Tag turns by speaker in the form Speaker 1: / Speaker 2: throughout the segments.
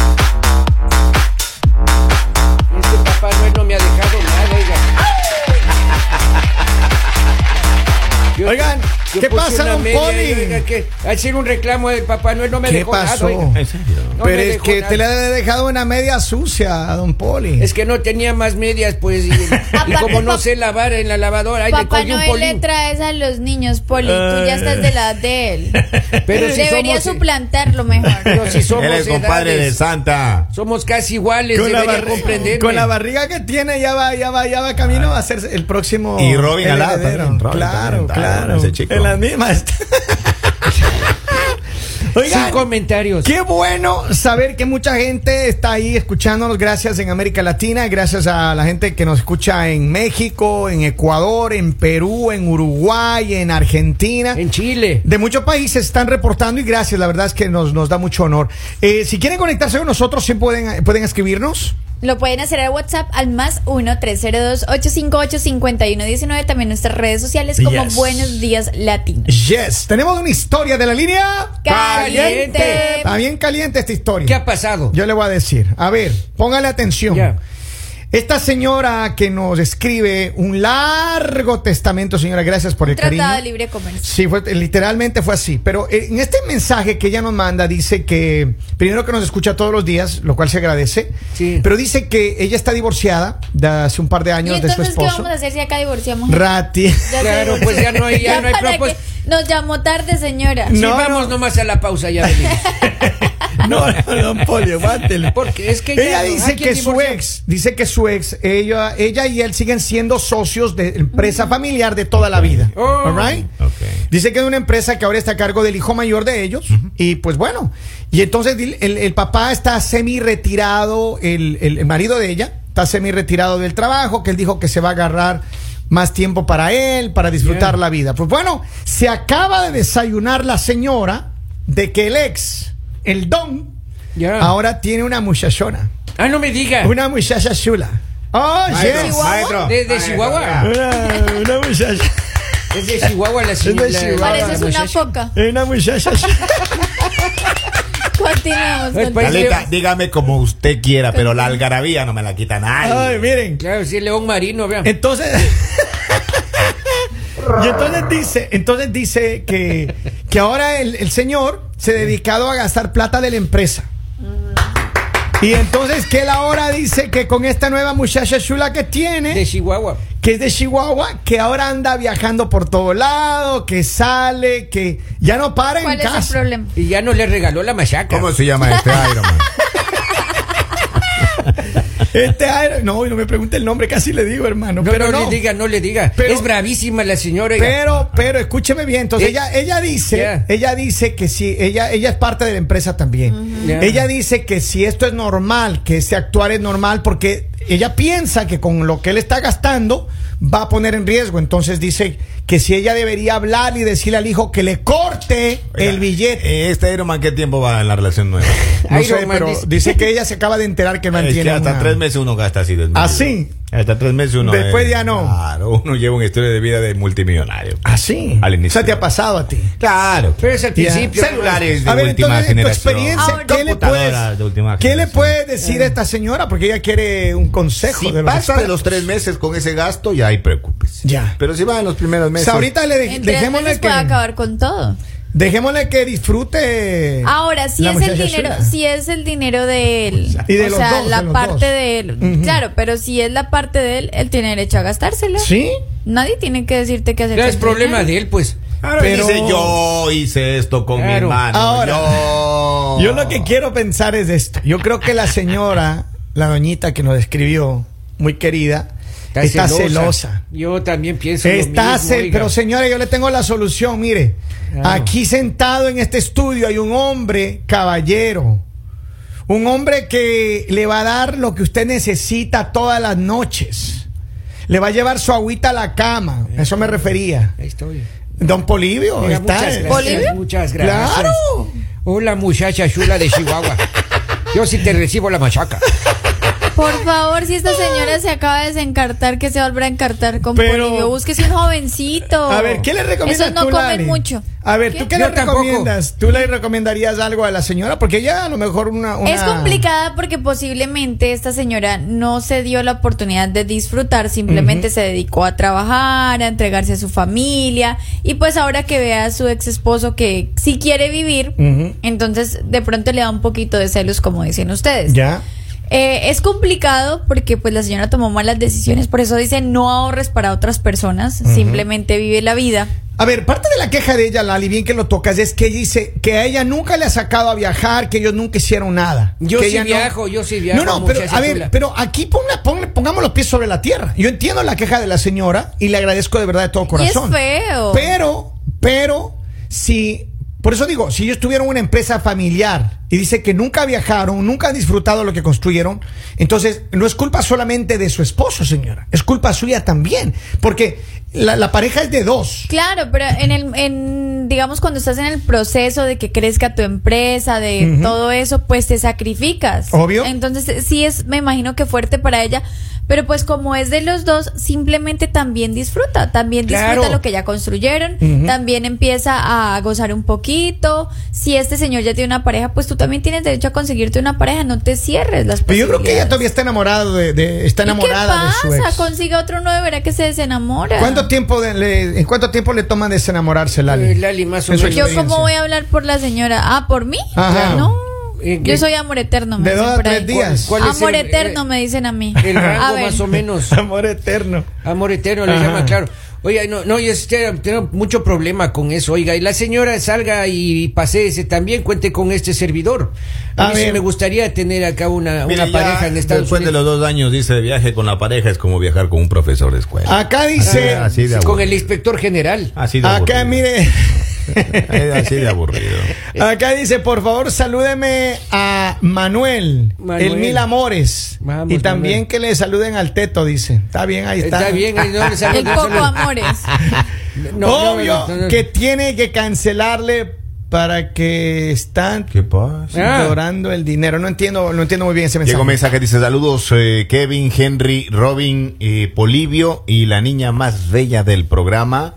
Speaker 1: pasan
Speaker 2: una
Speaker 1: un
Speaker 2: media,
Speaker 1: poli.
Speaker 2: y oiga que hacer un reclamo del Papá Noel no me
Speaker 1: ¿Qué
Speaker 2: dejó nada,
Speaker 1: pasó?
Speaker 2: oiga.
Speaker 3: ¿En serio?
Speaker 2: No
Speaker 1: Pero
Speaker 2: me
Speaker 1: es
Speaker 2: dejó
Speaker 1: que te le
Speaker 2: nada.
Speaker 1: ha dejado una media sucia a Don Poli.
Speaker 2: Es que no tenía más medias, pues, y, y
Speaker 4: Papá-
Speaker 2: como no
Speaker 4: pap-
Speaker 2: sé lavar en la lavadora, ahí le
Speaker 4: Papá
Speaker 2: cogí un
Speaker 4: Noel le
Speaker 2: polín.
Speaker 4: traes a los niños, Poli. Tú ya estás de la de él.
Speaker 2: Pero si
Speaker 4: Debería
Speaker 2: somos-
Speaker 4: suplantarlo mejor.
Speaker 2: Pero si somos
Speaker 3: Eres compadre de
Speaker 2: edades,
Speaker 3: Santa.
Speaker 2: somos casi iguales,
Speaker 1: con, la
Speaker 2: debería
Speaker 1: barri-
Speaker 2: comprenderme.
Speaker 1: con la barriga que tiene ya va, ya va, ya va camino a ser el próximo.
Speaker 3: Y Robin al lado
Speaker 1: heredero.
Speaker 3: también, Robin
Speaker 1: Claro,
Speaker 3: también, está
Speaker 1: claro.
Speaker 3: bueno ese chico.
Speaker 1: En las mismas.
Speaker 2: Sin
Speaker 1: Oigan,
Speaker 2: comentarios.
Speaker 1: Qué bueno saber que mucha gente está ahí escuchándonos. Gracias en América Latina, gracias a la gente que nos escucha en México, en Ecuador, en Perú, en Uruguay, en Argentina.
Speaker 2: En Chile.
Speaker 1: De muchos países están reportando y gracias, la verdad es que nos, nos da mucho honor. Eh, si quieren conectarse con nosotros, sí pueden, pueden escribirnos.
Speaker 4: Lo pueden hacer al WhatsApp al más 1-302-858-5119. También nuestras redes sociales como
Speaker 1: Yes.
Speaker 4: Buenos Días Latinos.
Speaker 1: Yes, tenemos una historia de la línea.
Speaker 2: Caliente.
Speaker 4: Caliente.
Speaker 1: Está bien caliente esta historia.
Speaker 2: ¿Qué ha pasado?
Speaker 1: Yo le voy a decir. A ver, póngale atención.
Speaker 2: Ya.
Speaker 1: Esta señora que nos escribe un largo testamento, señora, gracias por el
Speaker 4: Tratado de
Speaker 1: cariño.
Speaker 4: libre comercio.
Speaker 1: Sí, fue, literalmente fue así. Pero eh, en este mensaje que ella nos manda dice que, primero que nos escucha todos los días, lo cual se agradece,
Speaker 2: Sí.
Speaker 1: pero dice que ella está divorciada de hace un par de
Speaker 4: ¿Y
Speaker 1: años de su
Speaker 4: entonces qué
Speaker 1: esposo.
Speaker 4: vamos a hacer si acá divorciamos?
Speaker 1: Rati.
Speaker 4: Ya te
Speaker 2: Claro,
Speaker 4: digo.
Speaker 2: pues ya no hay- ya no hay
Speaker 4: para
Speaker 2: propós-
Speaker 4: que- Nos llamó tarde, señora.
Speaker 2: Sí,
Speaker 1: No,
Speaker 2: vamos
Speaker 1: no.
Speaker 2: nomás a la pausa, ya venimos.
Speaker 1: No, no, don Polio, aguántele.
Speaker 2: Porque es que ya
Speaker 1: ella
Speaker 2: no,
Speaker 1: dice
Speaker 2: hay quien
Speaker 1: que su
Speaker 2: divorcia.
Speaker 1: ex, dice que su ex, ella, ella y él siguen siendo socios de
Speaker 4: Mm.
Speaker 1: empresa familiar de toda la vida.
Speaker 2: Oh.
Speaker 1: All right?
Speaker 3: Ok.
Speaker 1: Dice que es una empresa que ahora está a cargo del hijo mayor de ellos. Y pues bueno, y entonces dil- el, el papá está semi retirado, el, el- el marido de ella está semi retirado del trabajo, que él dijo que se va a agarrar más tiempo para él, para disfrutar
Speaker 2: Bien.
Speaker 1: la vida. Pues bueno, se acaba de desayunar la señora de que el ex, el don,
Speaker 2: Ya.
Speaker 1: ahora tiene una muchachona,
Speaker 2: Ah, no me diga.
Speaker 1: Ah, una muchacha chula. Oh,
Speaker 3: Maestro,
Speaker 1: yes.
Speaker 3: maestro.
Speaker 2: De- de Chihuahua.
Speaker 3: Maestro,
Speaker 1: Una, una muchacha,
Speaker 2: Es de Chihuahua la señora.
Speaker 1: de
Speaker 2: la-
Speaker 1: Chihuahua.
Speaker 2: la-
Speaker 4: Pareces
Speaker 2: la
Speaker 4: una
Speaker 2: muchacha.
Speaker 4: foca.
Speaker 1: una muchacha chula.
Speaker 4: Continuamos.
Speaker 2: Pues,
Speaker 4: con-
Speaker 2: pues,
Speaker 3: Caleta, dígame como usted quiera, pero la algarabía no me la quita nadie.
Speaker 1: Ay, miren.
Speaker 2: Claro, sí, León Marino, vean.
Speaker 1: Entonces. y entonces dice, entonces dice que, que ahora el, el señor se ha dedicado a gastar plata de la empresa. Y entonces que él ahora dice que con esta nueva muchacha chula que
Speaker 2: De
Speaker 1: tiene,
Speaker 2: Chihuahua.
Speaker 1: que es de Chihuahua, que ahora anda viajando por todo lado, que sale, que ya no para en
Speaker 4: ¿Cuál
Speaker 1: casa.
Speaker 4: es el problema?
Speaker 2: Y ya no le regaló la machaca.
Speaker 3: ¿Cómo se llama este Iron Man?
Speaker 1: Este aire- no, y no me pregunte el nombre, casi le digo, hermano.
Speaker 2: No,
Speaker 1: pero
Speaker 2: no,
Speaker 1: no.
Speaker 2: le diga, no le diga.
Speaker 1: Pero-
Speaker 2: es bravísima la señora. oiga.
Speaker 1: Pero, pero escúcheme bien. Entonces
Speaker 2: Eh,
Speaker 1: ella, ella dice,
Speaker 2: yeah.
Speaker 1: ella dice que si ella, ella es parte de la empresa también.
Speaker 2: Yeah.
Speaker 1: Ella dice que si esto es normal, que ese actuar es normal, porque ella piensa que con lo que él está gastando va a poner en riesgo. Entonces dice que si ella debería hablar y decirle al hijo que le corte
Speaker 3: Oiga,
Speaker 1: el billete.
Speaker 3: eh, Este Iron Man, ¿qué tiempo va en la relación nueva?
Speaker 1: No
Speaker 2: Iron
Speaker 1: sé,
Speaker 2: Man
Speaker 1: pero
Speaker 2: dice-
Speaker 1: dice que ella se acaba de enterar que
Speaker 3: Es
Speaker 1: mantiene.
Speaker 3: que hasta
Speaker 1: una-
Speaker 3: tres meses uno gasta así. desmedido.
Speaker 1: ¿Así?
Speaker 3: Hasta tres meses uno.
Speaker 1: Después
Speaker 3: eh,
Speaker 1: ya no.
Speaker 3: Claro, uno lleva una historia de vida de multimillonario.
Speaker 1: Así.
Speaker 3: Al
Speaker 1: Ah, O
Speaker 3: inicio.
Speaker 1: sea, te ha pasado a ti.
Speaker 3: Claro.
Speaker 2: Pero es al
Speaker 1: Ya.
Speaker 2: principio.
Speaker 3: Celulares de
Speaker 1: A ver,
Speaker 3: última
Speaker 1: entonces, en tu
Speaker 3: generación.
Speaker 1: experiencia, ¿qué le,
Speaker 3: Computadoras
Speaker 1: puedes,
Speaker 3: de última
Speaker 1: ¿qué le
Speaker 3: generación.
Speaker 1: puedes decir a esta señora? Porque ella quiere un consejo.
Speaker 3: Si
Speaker 1: de los
Speaker 3: pasa de
Speaker 1: expertos.
Speaker 3: los tres meses con ese gasto, ya ahí preocúpese.
Speaker 1: Ya.
Speaker 3: Pero si va en los primeros
Speaker 1: O
Speaker 3: meses.
Speaker 1: sea, ahorita le de-
Speaker 4: En tres meses
Speaker 1: dejémosle, que,
Speaker 4: puede pues, acabar con todo.
Speaker 1: dejémosle que disfrute.
Speaker 4: Ahora, si
Speaker 1: la
Speaker 4: es el
Speaker 1: muchacha Pues
Speaker 4: dinero,
Speaker 1: chula.
Speaker 4: si es el dinero de él,
Speaker 1: Y de
Speaker 4: o
Speaker 1: los
Speaker 4: sea,
Speaker 1: dos, de
Speaker 4: la
Speaker 1: los
Speaker 4: parte
Speaker 1: dos.
Speaker 4: de él, claro, pero si es la parte de él, él tiene derecho a gastárselo.
Speaker 1: Sí.
Speaker 4: Nadie tiene que decirte qué hacer.
Speaker 2: Claro,
Speaker 4: con
Speaker 2: es
Speaker 4: tu
Speaker 2: problema
Speaker 4: dinero.
Speaker 2: de él, pues.
Speaker 3: Ahora
Speaker 1: Pero-
Speaker 3: dice, yo hice esto con
Speaker 2: Claro.
Speaker 3: mi mano.
Speaker 1: Ahora,
Speaker 3: yo...
Speaker 1: Yo lo que quiero pensar es esto. Yo creo que la señora, la doñita que nos escribió, muy querida, está, celosa.
Speaker 2: Yo también pienso. lo
Speaker 1: Está
Speaker 2: mismo,
Speaker 1: cel-
Speaker 2: oiga.
Speaker 1: pero señores, yo le tengo la solución, mire.
Speaker 2: Claro.
Speaker 1: Aquí sentado en este estudio hay un hombre caballero. Un hombre que le va a dar lo que usted necesita todas las noches. Le va a llevar su agüita a la cama. A Eso me refería.
Speaker 2: Ahí estoy.
Speaker 1: Don Polivio,
Speaker 2: Oiga,
Speaker 1: Oh, está.
Speaker 2: muchas gracias.
Speaker 4: ¿Bolivia?
Speaker 2: Muchas gracias.
Speaker 1: Claro.
Speaker 4: Oh.
Speaker 2: Hola, muchacha chula de Chihuahua. Yo sí te recibo la machaca.
Speaker 4: Por favor, si esta señora se acaba de desencartar, que se volverá a encartar con
Speaker 1: Pero-
Speaker 4: Polivio. Búsquese un jovencito.
Speaker 1: A ver, ¿qué le recomiendas
Speaker 4: Esos no
Speaker 1: tú,
Speaker 4: comen
Speaker 1: Lali?
Speaker 4: mucho.
Speaker 1: A ver, ¿tú
Speaker 4: ¿Qué?
Speaker 1: qué le
Speaker 2: Yo tampoco.
Speaker 1: recomiendas? ¿Tú le recomendarías algo a la señora? Porque ella a lo mejor una. una-
Speaker 4: Es complicada porque posiblemente esta señora no se dio la oportunidad de disfrutar, simplemente se dedicó a trabajar, a entregarse a su familia y pues ahora que ve a su ex esposo que sí quiere vivir,
Speaker 1: Ujú.
Speaker 4: entonces de pronto le da un poquito de celos como dicen ustedes.
Speaker 1: Ya.
Speaker 4: Eh, es complicado porque pues la señora tomó malas decisiones, por eso dice no ahorres para otras personas, simplemente vive la vida.
Speaker 1: A ver, parte de la queja de ella, Lali, bien que lo tocas, es que ella dice que a ella nunca le ha sacado a viajar, que ellos nunca hicieron nada.
Speaker 2: Yo
Speaker 1: Que
Speaker 2: sí
Speaker 1: ella no-
Speaker 2: viajo, yo sí viajo.
Speaker 1: No, no, pero
Speaker 2: muchacha
Speaker 1: a ver,
Speaker 2: chula.
Speaker 1: pero aquí ponga- ponga- pongamos los pies sobre la tierra. Yo entiendo la queja de la señora y le agradezco de verdad de todo corazón.
Speaker 4: Y es feo.
Speaker 1: Pero, pero, si, por eso digo, si ellos tuvieron una empresa familiar y dice que nunca viajaron, nunca han disfrutado lo que construyeron, entonces no es culpa solamente de su esposo, señora, es culpa suya también, porque la, la pareja es de dos.
Speaker 4: Claro, pero en el, en, digamos, cuando estás en el proceso de que crezca tu empresa, de todo eso, pues te sacrificas.
Speaker 1: Obvio.
Speaker 4: Entonces, eh, sí es, me imagino que fuerte para ella, pero pues como es de los dos, simplemente también disfruta, también disfruta
Speaker 2: Claro.
Speaker 4: lo que ya construyeron, también empieza a gozar un poquito. Si este señor ya tiene una pareja, pues tú también tienes derecho a conseguirte una pareja, no te cierres las
Speaker 1: Pero yo creo que ella todavía está enamorada de, de- está enamorada
Speaker 4: ¿Y
Speaker 1: de
Speaker 4: qué
Speaker 1: su
Speaker 4: pasa?
Speaker 1: ex.
Speaker 4: Consigue otro nuevo, verá que se desenamora.
Speaker 1: ¿Cuánto tiempo de- le- ¿En cuánto tiempo le toma desenamorarse, Lali?
Speaker 2: Eh, Lali, más o
Speaker 1: En su
Speaker 2: menos.
Speaker 4: Yo
Speaker 1: experiencia.
Speaker 4: cómo voy a hablar por la señora. Ah, por mí.
Speaker 1: Ajá.
Speaker 4: No.
Speaker 2: Eh,
Speaker 4: Yo
Speaker 2: eh,
Speaker 4: soy amor eterno. Me
Speaker 1: de
Speaker 4: dicen
Speaker 1: dos a
Speaker 4: por
Speaker 1: tres
Speaker 4: ahí.
Speaker 1: días.
Speaker 2: ¿Cuál es
Speaker 4: amor
Speaker 2: el-
Speaker 4: eterno
Speaker 2: eh,
Speaker 4: me dicen a mí.
Speaker 2: El
Speaker 4: a
Speaker 2: rango
Speaker 4: ver,
Speaker 2: más o menos.
Speaker 1: Amor eterno.
Speaker 2: Amor eterno le
Speaker 1: Ajá.
Speaker 2: llama, claro. Oiga, no, no, y este, tengo mucho problema con eso. Oiga, y la señora salga y paséese también, cuente con este servidor. A,
Speaker 1: A
Speaker 2: mí sí
Speaker 1: ver.
Speaker 2: me gustaría tener acá una,
Speaker 3: Mira,
Speaker 2: una
Speaker 3: ya
Speaker 2: pareja en Estados
Speaker 3: después
Speaker 2: Unidos.
Speaker 3: de los dos años, dice, de viaje con la pareja es como viajar con un profesor de escuela.
Speaker 1: Acá dice,
Speaker 3: Ah, así
Speaker 2: Sí,
Speaker 3: de
Speaker 2: con el
Speaker 3: aburrido.
Speaker 2: inspector general.
Speaker 3: Así de
Speaker 1: acá
Speaker 3: aburrido.
Speaker 1: mire,
Speaker 2: Eh,
Speaker 3: Es así de aburrido.
Speaker 1: acá dice, por favor, salúdeme a Manuel,
Speaker 2: Manuel.
Speaker 1: el Mil Amores.
Speaker 2: Vamos,
Speaker 1: y también
Speaker 2: Manuel.
Speaker 1: que le saluden al Teto, dice. Está bien, ahí está.
Speaker 2: Está bien, ahí no le sale-
Speaker 4: el
Speaker 2: no
Speaker 4: coco
Speaker 2: sale-
Speaker 4: amores.
Speaker 2: no,
Speaker 1: Obvio
Speaker 2: no, no, no.
Speaker 1: que tiene que cancelarle para que están
Speaker 3: ¿Qué pasa?
Speaker 2: Ah.
Speaker 1: dorando el dinero. No entiendo, no entiendo muy bien ese mensaje.
Speaker 3: Llegó un mensaje, dice saludos eh, Kevin, Henry, Robin, eh, Polivio y la niña más bella del programa,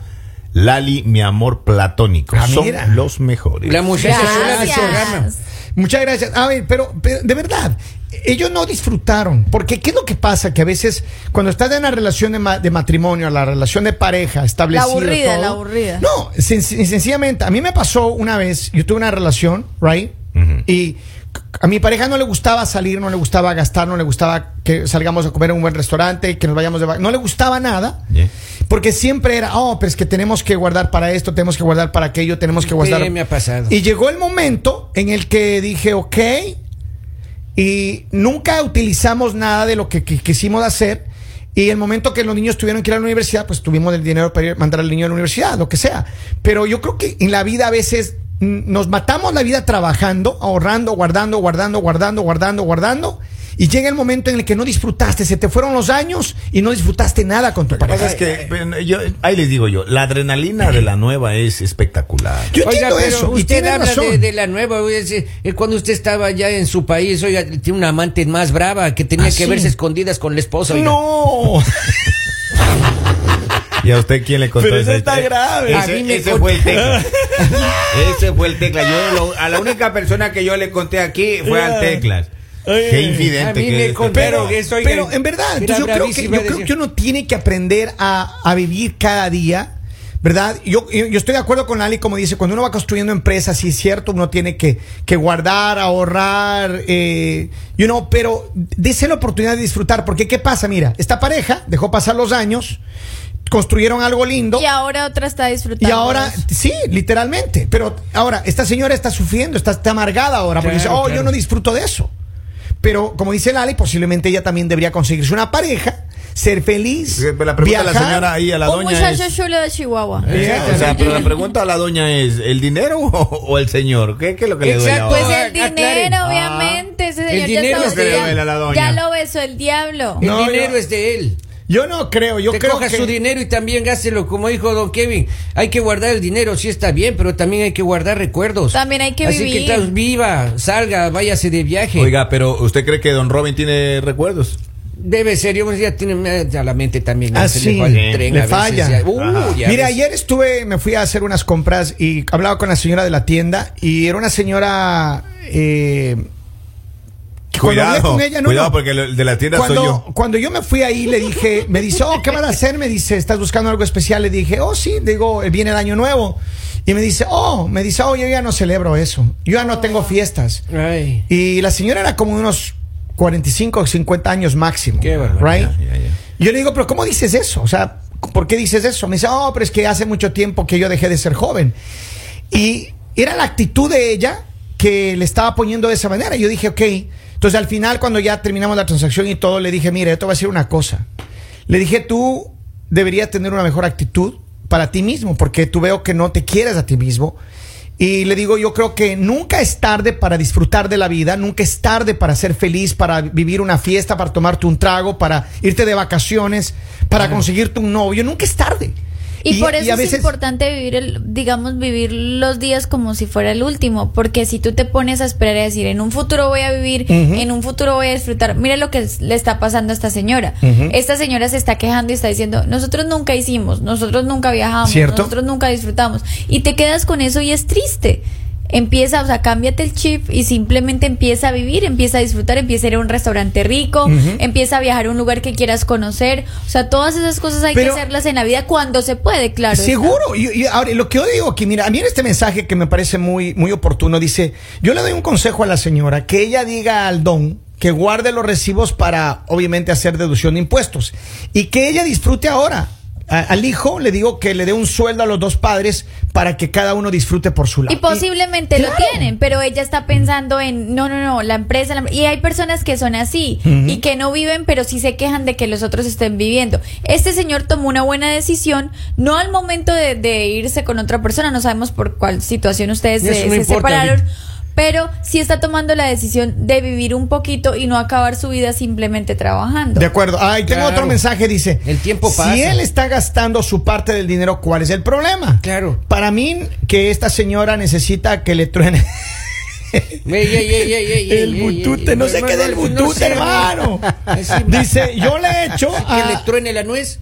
Speaker 3: Lali, mi amor platónico.
Speaker 1: Ah,
Speaker 3: Son
Speaker 1: mira.
Speaker 3: los mejores.
Speaker 2: La muchacha sola de su gama.
Speaker 4: Gracias.
Speaker 1: Muchas gracias. A ver, pero, pero, de verdad, ellos no disfrutaron. Porque ¿qué es lo que pasa? Que a veces cuando estás en la relación de, ma- de matrimonio, la relación de pareja establecida.
Speaker 4: La aburrida,
Speaker 1: todo-
Speaker 4: la aburrida.
Speaker 1: No, sen- sen- sencillamente, a mí me pasó una vez, yo tuve una relación, ¿right?
Speaker 3: Ujú.
Speaker 1: Y c- a mi pareja no le gustaba salir, no le gustaba gastar, no le gustaba que salgamos a comer en un buen restaurante, que nos vayamos de... va- No le gustaba nada.
Speaker 3: Yeah.
Speaker 1: Porque siempre era, oh, pero es que tenemos que guardar para esto, tenemos que guardar para aquello, tenemos que guardar.
Speaker 2: me ha pasado?
Speaker 1: Y llegó el momento en el que dije, ok, y nunca utilizamos nada de lo que, que quisimos hacer. Y el momento que los niños tuvieron que ir a la universidad, pues tuvimos el dinero para ir- mandar al niño a la universidad, lo que sea. Pero yo creo que en la vida a veces mm, nos matamos la vida trabajando, ahorrando, guardando, guardando, guardando, guardando, guardando. Y llega el momento en el que no disfrutaste, se te fueron los años y no disfrutaste nada con tu
Speaker 3: Lo que
Speaker 1: pareja.
Speaker 3: pasa es que bueno, yo- ahí les digo yo, la adrenalina de la nueva es espectacular.
Speaker 1: Yo
Speaker 2: Oiga,
Speaker 1: entiendo
Speaker 2: pero
Speaker 1: eso. y
Speaker 2: usted
Speaker 1: tiene
Speaker 2: habla
Speaker 1: razón.
Speaker 2: de, de la nueva. oye, ese- eh, Cuando usted estaba ya en su país, oiga, tiene una amante más brava que tenía
Speaker 1: Ah,
Speaker 2: que
Speaker 1: sí.
Speaker 2: verse escondidas con la esposa. oiga.
Speaker 1: No.
Speaker 3: ¿Y a usted quién le contó
Speaker 1: Pero eso
Speaker 3: esa
Speaker 1: está
Speaker 3: historia?
Speaker 1: grave.
Speaker 2: A mí
Speaker 3: Ese,
Speaker 2: me
Speaker 3: ese
Speaker 2: contó.
Speaker 3: fue el tecla. ese fue el tecla. Yo lo- a la única persona que yo le conté aquí fue al teclas.
Speaker 1: Oye.
Speaker 3: Qué infidente
Speaker 2: A mí
Speaker 3: que
Speaker 2: me
Speaker 3: es este
Speaker 2: contó.
Speaker 3: pero
Speaker 2: Pero es- Eso, oiga,
Speaker 1: pero en verdad,
Speaker 2: era
Speaker 1: entonces yo creo, que,
Speaker 2: bravísima
Speaker 1: yo creo
Speaker 2: decir.
Speaker 1: que uno tiene que aprender a, a vivir cada día, ¿verdad? Yo, yo, yo estoy de acuerdo con Ali, como dice, cuando uno va construyendo empresas, sí es cierto, uno tiene que, que guardar, ahorrar, eh, you know, pero dice la oportunidad de disfrutar, porque ¿qué pasa? Mira, esta pareja dejó pasar los años, construyeron algo lindo.
Speaker 4: Y ahora otra está disfrutando.
Speaker 1: Y ahora, sí, literalmente. Pero ahora, esta señora está sufriendo, está, está amargada ahora, porque
Speaker 2: Claro,
Speaker 1: dice, oh,
Speaker 2: claro.
Speaker 1: yo no disfruto de eso. Pero como dice Lali, posiblemente ella también debería conseguirse una pareja, ser feliz.
Speaker 3: eh, Pero la pregunta a la
Speaker 1: viajar.
Speaker 3: señora ahí, a la
Speaker 4: un
Speaker 3: doña es...
Speaker 4: muchacho chulo de Chihuahua.
Speaker 3: Eh, o sea, pero la pregunta a la doña es, ¿el dinero o, o el señor? ¿Qué, qué es lo que le duele
Speaker 2: Exacto.
Speaker 3: ahora?
Speaker 4: Pues el
Speaker 2: aclaren.
Speaker 4: dinero,
Speaker 2: Ah.
Speaker 4: obviamente. Ese
Speaker 2: El
Speaker 4: señor
Speaker 2: dinero
Speaker 4: ya,
Speaker 2: es
Speaker 4: está,
Speaker 2: que le
Speaker 4: ya,
Speaker 3: duele a la doña.
Speaker 4: ya lo besó el diablo.
Speaker 2: El
Speaker 1: No,
Speaker 2: dinero
Speaker 1: yo-
Speaker 2: es de él.
Speaker 1: Yo no creo, yo
Speaker 2: Te
Speaker 1: creo
Speaker 2: coja
Speaker 1: que...
Speaker 2: su dinero y también gástelo, como dijo don Kevin. Hay que guardar el dinero, sí está bien, pero también hay que guardar recuerdos.
Speaker 4: También hay que
Speaker 2: Así
Speaker 4: vivir.
Speaker 2: que, claro, viva, salga, váyase de viaje.
Speaker 3: Oiga, pero ¿usted cree que don Robin tiene recuerdos?
Speaker 2: Debe ser, yo ya tiene a la mente también.
Speaker 1: Ah,
Speaker 2: se le
Speaker 1: sí,
Speaker 2: va el
Speaker 3: le
Speaker 2: tren a veces,
Speaker 1: falla.
Speaker 2: ya- Uh,
Speaker 3: Ajá.
Speaker 2: ya
Speaker 1: Mira,
Speaker 2: ves.
Speaker 1: ayer estuve, me fui a hacer unas compras y hablaba con la señora de la tienda y era una señora eh, que cuando hablé
Speaker 3: Cuidado,
Speaker 1: con ella, no,
Speaker 3: cuidado
Speaker 1: no.
Speaker 3: porque el de la tienda
Speaker 1: cuando,
Speaker 3: soy yo.
Speaker 1: cuando yo me fui ahí, le dije, me dice, oh, ¿qué van a hacer? Me dice, ¿estás buscando algo especial? Le dije, oh, sí, digo, eh, viene el año nuevo. Y me dice, oh, me dice, oh, yo ya no celebro eso. Yo ya no tengo fiestas.
Speaker 2: Ay.
Speaker 1: Y la señora era como unos 45 o 50 años máximo.
Speaker 2: Qué
Speaker 1: right?
Speaker 2: barbaridad,
Speaker 3: Ya, ya, ya.
Speaker 1: Y Yo le digo, pero ¿cómo dices eso? O sea, ¿por qué dices eso? Me dice, oh, pero es que hace mucho tiempo que yo dejé de ser joven. Y era la actitud de ella que le estaba poniendo de esa manera. Yo dije, ok. Entonces al final, cuando ya terminamos la transacción y todo, le dije, mira, yo te voy a decir una cosa. Le dije, tú deberías tener una mejor actitud para ti mismo, porque tú veo que no te quieres a ti mismo. Y le digo, yo creo que nunca es tarde para disfrutar de la vida, nunca es tarde para ser feliz, para vivir una fiesta, para tomarte un trago, para irte de vacaciones, para conseguirte un novio, nunca es tarde.
Speaker 4: Y, por eso
Speaker 1: a
Speaker 4: es importante vivir, el, digamos, vivir los días como si fuera el último, porque si tú te pones a esperar y decir, en un futuro voy a vivir,
Speaker 1: Ujú.
Speaker 4: en un futuro voy a disfrutar, mira lo que es- le está pasando a esta señora.
Speaker 1: Ujú.
Speaker 4: Esta señora se está quejando y está diciendo, nosotros nunca hicimos, nosotros nunca viajamos,
Speaker 1: Cierto.
Speaker 4: nosotros nunca disfrutamos. Y te quedas con eso y es triste. Empieza, o sea, cámbiate el chip y simplemente empieza a vivir, empieza a disfrutar, empieza a ir a un restaurante rico,
Speaker 1: Ujú.
Speaker 4: empieza a viajar a un lugar que quieras conocer. O sea, todas esas cosas hay
Speaker 1: Pero-
Speaker 4: que hacerlas en la vida cuando se puede, claro. está.
Speaker 1: Seguro. Y, y ahora, lo que yo digo que mira, a mí en este mensaje que me parece muy, muy oportuno, dice, yo le doy un consejo a la señora, que ella diga al don que guarde los recibos para, obviamente, hacer deducción de impuestos. Y que ella disfrute ahora. A- al hijo le digo que le dé un sueldo a los dos padres para que cada uno disfrute por su lado.
Speaker 4: Y posiblemente lo
Speaker 1: Claro.
Speaker 4: tienen, pero ella está pensando en, no, no, no, la empresa, la em- y hay personas que son así
Speaker 1: Ujú.
Speaker 4: y que no viven, pero sí se quejan de que los otros estén viviendo. Este señor tomó una buena decisión, no al momento de, de irse con otra persona, no sabemos por cuál situación ustedes
Speaker 2: Eso
Speaker 4: se,
Speaker 2: no
Speaker 4: se
Speaker 2: importa,
Speaker 4: separaron.
Speaker 2: Vic.
Speaker 4: Pero sí está tomando la decisión de vivir un poquito y no acabar su vida simplemente trabajando.
Speaker 1: De acuerdo. Ahí tengo
Speaker 2: Claro.
Speaker 1: otro mensaje, dice.
Speaker 2: El tiempo pasa.
Speaker 1: Si él está gastando su parte del dinero, ¿cuál es el problema?
Speaker 2: Claro.
Speaker 1: Para mí, que esta señora necesita que le truene.
Speaker 2: Ey, ey, ey, ey, ey, ey,
Speaker 1: El
Speaker 2: ey,
Speaker 1: butute,
Speaker 2: ey,
Speaker 1: no sé
Speaker 2: hermano,
Speaker 1: qué del
Speaker 2: no
Speaker 1: butute,
Speaker 2: sé,
Speaker 1: hermano.
Speaker 2: Así,
Speaker 1: Dice, "Ah, yo le he hecho
Speaker 2: Que le
Speaker 1: a...
Speaker 2: truene la nuez.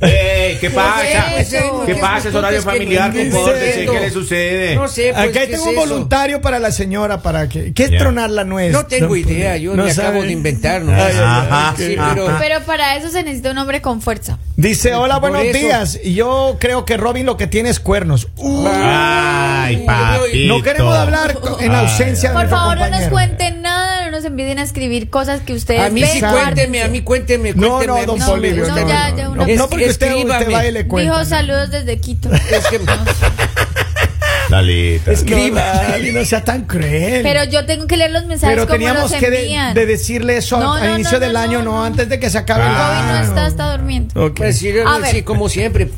Speaker 3: Ey, ¿Qué
Speaker 1: ah,
Speaker 4: pasa?
Speaker 2: Pues eso,
Speaker 4: ¿Qué
Speaker 2: que
Speaker 3: pasa? Es
Speaker 2: butute,
Speaker 3: horario
Speaker 2: es que no
Speaker 3: familiar,
Speaker 2: entiendo.
Speaker 1: compórtese, ¿qué le
Speaker 3: sucede?
Speaker 2: No sé, pues,
Speaker 1: Acá
Speaker 2: ¿qué
Speaker 1: Ah, tengo un
Speaker 2: es eso?
Speaker 1: voluntario para la señora para que... ¿Qué es
Speaker 3: Ya.
Speaker 1: tronar la nuez?
Speaker 2: No tengo
Speaker 1: Don-
Speaker 2: idea, yo
Speaker 1: no
Speaker 2: me
Speaker 1: sabe.
Speaker 2: acabo de inventar. ¿no?
Speaker 3: Ay, ay, ay,
Speaker 2: Sí,
Speaker 3: ajá.
Speaker 2: pero-
Speaker 4: Pero para eso se necesita un hombre con fuerza.
Speaker 1: Dice, hola,
Speaker 2: Por
Speaker 1: buenos
Speaker 2: eso.
Speaker 1: días. Yo creo que Robin lo que tiene es cuernos. Uh,
Speaker 3: Ay, papi.
Speaker 1: no queremos hablar en ausencia de
Speaker 4: Por
Speaker 1: nuestro
Speaker 4: favor, no nos
Speaker 1: compañero.
Speaker 4: cuenten nada, no nos empiecen a escribir cosas que ustedes
Speaker 2: A mí sí,
Speaker 4: ven.
Speaker 2: cuénteme, a mí cuénteme,
Speaker 1: No,
Speaker 2: cuénteme, a
Speaker 1: no,
Speaker 2: mí
Speaker 1: don
Speaker 2: sí
Speaker 4: no,
Speaker 2: me
Speaker 1: Polivio.
Speaker 2: gusta.
Speaker 1: No,
Speaker 4: no, ya, ya
Speaker 1: no,
Speaker 4: una-
Speaker 1: no, no, porque usted,
Speaker 2: Escríbame.
Speaker 1: usted va y le cuenta.
Speaker 4: Dijo saludos desde Quito.
Speaker 2: Es que-
Speaker 3: Lalita.
Speaker 2: escriba.
Speaker 1: No, Lali, no sea tan cruel.
Speaker 4: Pero yo tengo que leer los mensajes
Speaker 1: Pero
Speaker 4: como
Speaker 1: teníamos
Speaker 4: los
Speaker 1: que de,
Speaker 4: envían.
Speaker 1: de decirle eso
Speaker 4: No,
Speaker 1: al
Speaker 4: no,
Speaker 1: inicio
Speaker 4: no, no,
Speaker 1: del año, no,
Speaker 4: no, no.
Speaker 1: antes de que se acabe
Speaker 4: El
Speaker 1: el
Speaker 4: COVID no
Speaker 1: año.
Speaker 4: está, está durmiendo.
Speaker 1: Ok.
Speaker 2: Pues sí,
Speaker 4: A
Speaker 2: sí,
Speaker 4: ver.
Speaker 2: como siempre.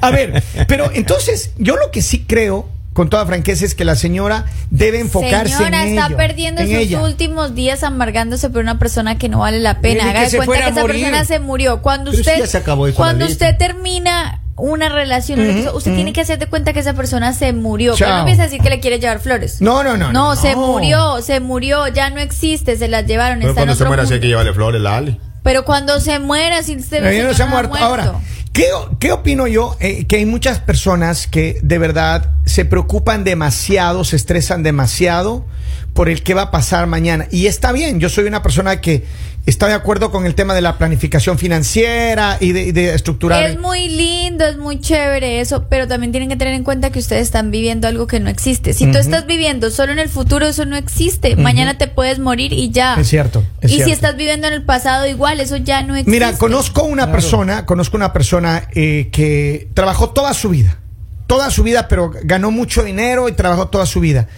Speaker 1: A ver, pero entonces, yo lo que sí creo, con toda franqueza, es que la señora debe enfocarse
Speaker 4: Señora,
Speaker 1: en
Speaker 4: está
Speaker 1: ello,
Speaker 4: perdiendo
Speaker 1: en
Speaker 4: sus
Speaker 1: ella.
Speaker 4: últimos días amargándose por una persona que no vale la pena.
Speaker 2: Dile
Speaker 4: Haga
Speaker 2: que
Speaker 4: de
Speaker 2: se
Speaker 4: cuenta
Speaker 2: fuera
Speaker 4: que
Speaker 2: a
Speaker 4: esa
Speaker 2: morir.
Speaker 4: persona se murió. Cuando
Speaker 3: Pero si
Speaker 4: usted,
Speaker 3: ya se acabó eso,
Speaker 4: cuando
Speaker 3: Lalita.
Speaker 4: usted termina una relación, lo que sea, usted tiene que hacer de cuenta que esa persona se murió. Pero
Speaker 1: Chao.
Speaker 4: no empieza a decir que le quiere llevar flores.
Speaker 1: No, no, no.
Speaker 4: No, se murió, se murió, ya no existe, se las llevaron.
Speaker 3: Pero
Speaker 4: está en
Speaker 3: cuando se
Speaker 4: otro
Speaker 3: muera, sí hay
Speaker 4: mundo.
Speaker 3: que llevarle flores, Lali.
Speaker 4: Pero cuando se muera, si usted
Speaker 1: Pero ya no se ha muerto. Ahora, ¿qué, qué opino yo? Eh, que hay muchas personas que de verdad se preocupan demasiado, se estresan demasiado por el qué va a pasar mañana. Y está bien, yo soy una persona que está de acuerdo con el tema de la planificación financiera y de, y de estructurar.
Speaker 4: Es muy lindo, es muy chévere eso, pero también tienen que tener en cuenta que ustedes están viviendo algo que no existe. Si tú estás viviendo solo en el futuro, eso no existe. Mañana te puedes morir y ya.
Speaker 1: Es cierto, es
Speaker 4: y
Speaker 1: cierto.
Speaker 4: si estás viviendo en el pasado, igual, eso ya no existe.
Speaker 1: Mira, conozco una persona, conozco una persona eh, que trabajó toda su vida, toda su vida, pero ganó mucho dinero y trabajó toda su vida.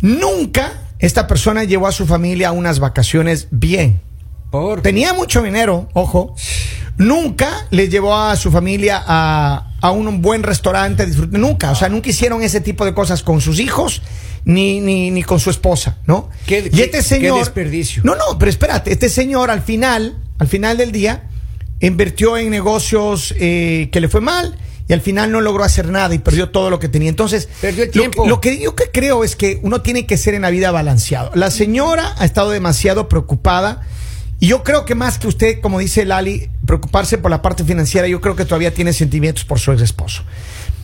Speaker 1: Nunca esta persona llevó a su familia a unas vacaciones bien.
Speaker 2: Por.
Speaker 1: Tenía mucho dinero, ojo. Nunca le llevó a su familia a, a un buen restaurante, a disfrutar. nunca, o sea, nunca hicieron ese tipo de cosas con sus hijos ni, ni, ni con su esposa, ¿no?
Speaker 2: Qué-
Speaker 1: y
Speaker 2: qué-
Speaker 1: este señor...
Speaker 2: qué desperdicio.
Speaker 1: No, no, pero espérate, este señor al final, al final del día, invirtió en negocios eh, que le fue mal y al final no logró hacer nada y perdió todo lo que tenía. Entonces,
Speaker 2: Perdió el
Speaker 1: lo-
Speaker 2: tiempo.
Speaker 1: lo que que yo que creo es que uno tiene que ser en la vida balanceado. La señora ha estado demasiado preocupada Y yo creo que más que usted, como dice Lali, preocuparse por la parte financiera, yo creo que todavía tiene sentimientos por su ex esposo.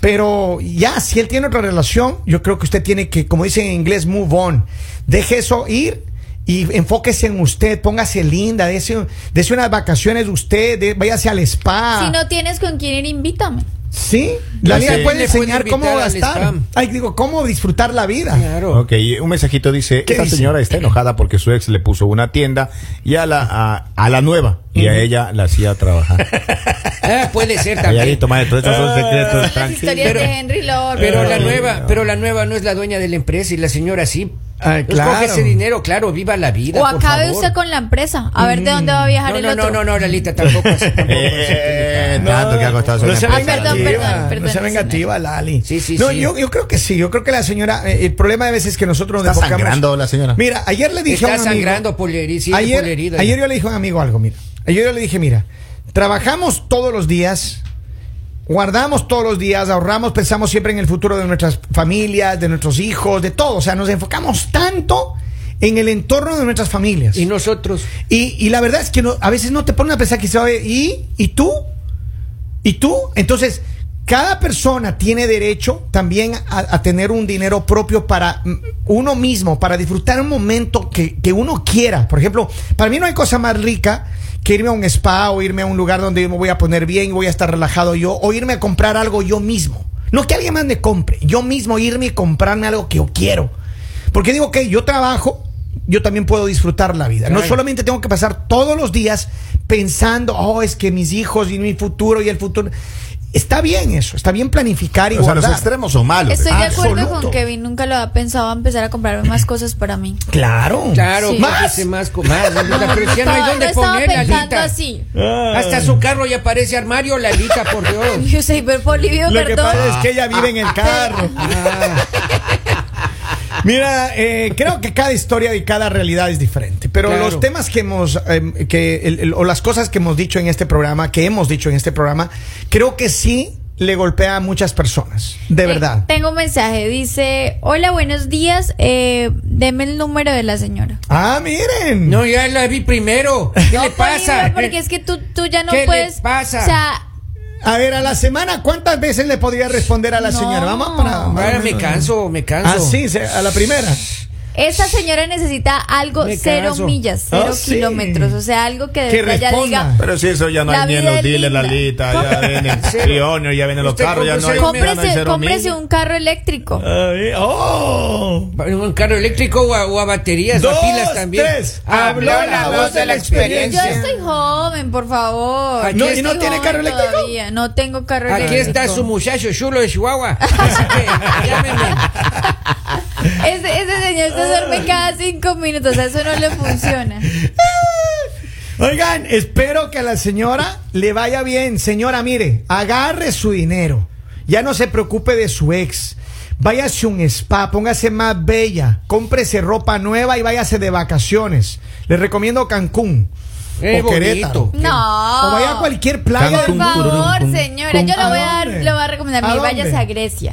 Speaker 1: Pero ya, si él tiene otra relación, yo creo que usted tiene que, como dicen en inglés, move on. Deje eso ir y enfóquese en usted, póngase linda, dése, dése unas vacaciones usted, de- váyase al spa.
Speaker 4: Si no tienes con quién ir, invítame.
Speaker 1: Sí, la
Speaker 3: Sí.
Speaker 1: vida puede
Speaker 3: Le
Speaker 2: puede
Speaker 1: enseñar cómo
Speaker 2: invitar al
Speaker 1: gastar.
Speaker 2: spam.
Speaker 1: Ay, digo, cómo disfrutar la vida.
Speaker 2: Claro.
Speaker 3: Ok, un mensajito dice,
Speaker 1: ¿Qué
Speaker 3: esta
Speaker 1: dice?
Speaker 3: señora está enojada porque su ex le puso una tienda y a la, a, a la nueva y a ella la hacía trabajar.
Speaker 2: Ah, puede ser también.
Speaker 3: Calladito, maestro, estos son secretos,
Speaker 4: Las historias
Speaker 3: tranquilo.
Speaker 2: Pero-
Speaker 4: de Henry Lord.
Speaker 2: Pero la
Speaker 3: Ay,
Speaker 2: nueva,
Speaker 3: no.
Speaker 2: pero la nueva no es la dueña de la empresa y la señora sí.
Speaker 1: Ay,
Speaker 2: Pues
Speaker 1: claro.
Speaker 2: coge ese dinero, claro, viva la vida.
Speaker 4: o
Speaker 2: por
Speaker 4: acabe
Speaker 2: favor. Mm.
Speaker 4: usted con la empresa. A ver de dónde va a viajar
Speaker 2: No,
Speaker 4: el
Speaker 2: no,
Speaker 4: otro.
Speaker 2: no, no, no, Lalita, tampoco. así, tampoco así.
Speaker 3: Eh, tanto que ha costado su
Speaker 1: No sea
Speaker 3: empresa.
Speaker 4: Ay, perdón,
Speaker 1: vengativa,
Speaker 4: perdón, perdón,
Speaker 1: no sea
Speaker 4: señora.
Speaker 1: vengativa, Lali.
Speaker 2: Sí, sí,
Speaker 1: no,
Speaker 2: sí.
Speaker 1: Yo, yo creo que sí, yo creo que la señora, eh, el problema de veces es que nosotros nos
Speaker 3: Está
Speaker 1: enfocamos-
Speaker 3: sangrando la señora.
Speaker 1: Mira, ayer le dije a
Speaker 2: Está
Speaker 1: un amigo-
Speaker 2: sangrando polleri- sí,
Speaker 1: ayer,
Speaker 2: polerida.
Speaker 1: ayer yo le dije a un amigo algo, mira. Ayer yo le dije, mira, trabajamos todos los días, guardamos todos los días, ahorramos, pensamos siempre en el futuro de nuestras familias, de nuestros hijos, de todo. O sea, nos enfocamos tanto en el entorno de nuestras familias.
Speaker 2: Y nosotros.
Speaker 1: Y, y la verdad es que no- a veces no te ponen a pensar que sabe, ¿y, ¿y tú? ¿Y tú? Entonces, cada persona tiene derecho también a, a tener un dinero propio para mm, uno mismo, para disfrutar un momento que, que uno quiera. Por ejemplo, para mí no hay cosa más rica que irme a un spa o irme a un lugar donde yo me voy a poner bien y voy a estar relajado yo, o irme a comprar algo yo mismo. No que alguien más me compre, yo mismo irme y comprarme algo que yo quiero. Porque digo que yo trabajo, yo también puedo disfrutar la vida. No
Speaker 2: Claro.
Speaker 1: solamente solamente tengo que pasar todos los días pensando, oh, es que mis hijos y mi futuro y el futuro. Está bien eso, está bien planificar y
Speaker 3: O sea, los
Speaker 1: guardar.
Speaker 3: extremos son malos.
Speaker 4: Estoy de
Speaker 1: Absoluto.
Speaker 4: acuerdo con Kevin. Nunca lo había pensado. a empezar a comprarme más cosas para mí.
Speaker 1: Claro.
Speaker 2: Claro,
Speaker 4: Sí.
Speaker 2: más.
Speaker 1: Más.
Speaker 2: más, co- más. no,
Speaker 4: No,
Speaker 2: pero ya no hay
Speaker 4: estaba-
Speaker 2: dónde
Speaker 4: no estaba
Speaker 2: poner,
Speaker 4: pensando
Speaker 2: Lalita.
Speaker 4: así.
Speaker 2: Hasta su carro ya parece armario, Lalita, por Dios.
Speaker 4: Yo soy Bolivio,
Speaker 1: Lo que
Speaker 4: perdón.
Speaker 1: pasa es que ella vive en el carro. Mira, eh, creo que cada historia y cada realidad es diferente, pero
Speaker 2: Claro.
Speaker 1: los temas que hemos, eh, que el- el- o las cosas que hemos dicho en este programa, que hemos dicho en este programa, creo que sí le golpea a muchas personas, de
Speaker 4: Eh,
Speaker 1: verdad.
Speaker 4: Tengo un mensaje. Dice: Hola, buenos días. Eh, deme el número de la señora.
Speaker 1: Ah, miren.
Speaker 2: No, ya la vi primero. ¿Qué le pasa?
Speaker 4: Bolivia, Porque es que tú, tú ya no
Speaker 2: ¿Qué le
Speaker 4: puedes.
Speaker 2: pasa?
Speaker 4: O sea,
Speaker 1: A ver, a la semana, ¿cuántas veces le podría responder a la
Speaker 4: No.
Speaker 1: señora? Vamos para.
Speaker 2: Ahora me canso, me canso.
Speaker 1: Ah, sí, se- a la primera.
Speaker 4: esa señora necesita algo
Speaker 2: Me
Speaker 4: cero
Speaker 2: caso.
Speaker 4: millas, cero
Speaker 1: Ah, sí.
Speaker 4: kilómetros. O sea, algo que de
Speaker 1: Que
Speaker 4: verdad ya
Speaker 1: responda.
Speaker 4: diga.
Speaker 3: Pero si eso ya no
Speaker 4: La
Speaker 3: hay ni en
Speaker 4: vida
Speaker 3: los
Speaker 4: es
Speaker 3: dealers,
Speaker 4: linda.
Speaker 3: la lita, ya ven el
Speaker 2: Cero.
Speaker 3: trionio, ya vienen los
Speaker 2: Usted
Speaker 3: carros, ya no hay
Speaker 2: cómprese-
Speaker 3: ya no hay
Speaker 4: Cómprese,
Speaker 3: cero
Speaker 4: cómprese
Speaker 3: mil.
Speaker 4: un carro eléctrico.
Speaker 1: Ay, ¡Oh!
Speaker 2: Un carro eléctrico o a, o a baterías,
Speaker 1: Dos,
Speaker 2: a pilas también.
Speaker 1: tres. Habló la voz de la
Speaker 4: Yo
Speaker 1: experiencia.
Speaker 4: estoy joven, por favor.
Speaker 2: Aquí
Speaker 4: Yo
Speaker 2: es- ¿y no
Speaker 4: estoy
Speaker 1: tiene
Speaker 4: joven
Speaker 1: carro eléctrico?
Speaker 4: Todavía. No tengo carro
Speaker 2: Aquí
Speaker 4: eléctrico.
Speaker 2: está su muchacho chulo de Chihuahua. Así que llámeme.
Speaker 4: Ese, ese señor se duerme cada cinco minutos. O sea, eso no le funciona.
Speaker 1: Oigan, espero que a la señora le vaya bien. Señora, mire, agarre su dinero. Ya no se preocupe de su ex. Váyase a un spa, póngase más bella, cómprese ropa nueva y váyase de vacaciones. Les recomiendo Cancún.
Speaker 2: Eh,
Speaker 1: o Querétaro.
Speaker 2: bonito.
Speaker 4: No.
Speaker 1: O vaya a cualquier playa.
Speaker 4: Por favor, señora. Yo le
Speaker 1: ¿A
Speaker 4: voy a, dar,
Speaker 1: dónde?
Speaker 4: le voy a recomendar.
Speaker 1: ¿A
Speaker 4: Mire,
Speaker 1: dónde? Ah, pues.
Speaker 4: váyase a Grecia.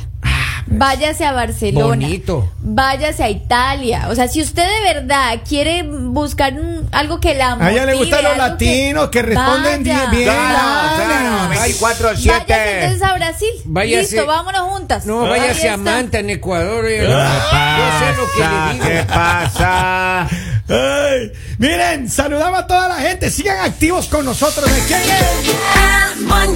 Speaker 4: Váyase a Barcelona.
Speaker 2: Bonito.
Speaker 4: Váyase a Italia. O sea, si usted de verdad quiere buscar un- algo que la motive,
Speaker 1: A ella le gustan los
Speaker 4: algo
Speaker 1: latinos que responden
Speaker 4: Vaya.
Speaker 1: bien.
Speaker 3: Claro,
Speaker 1: Dale.
Speaker 3: claro, 24 al
Speaker 4: Váyase
Speaker 3: 7.
Speaker 4: entonces a Brasil.
Speaker 2: Váyase-
Speaker 4: Listo, vámonos juntas.
Speaker 2: No,
Speaker 4: Ahí
Speaker 2: váyase a
Speaker 4: está.
Speaker 2: Manta en Ecuador. eh. Yo sé lo que le
Speaker 3: ¿Qué
Speaker 2: digo.
Speaker 3: pasa?
Speaker 1: Ay, miren, saludamos a toda la gente. Sigan activos con nosotros. ¿De quién es?
Speaker 5: El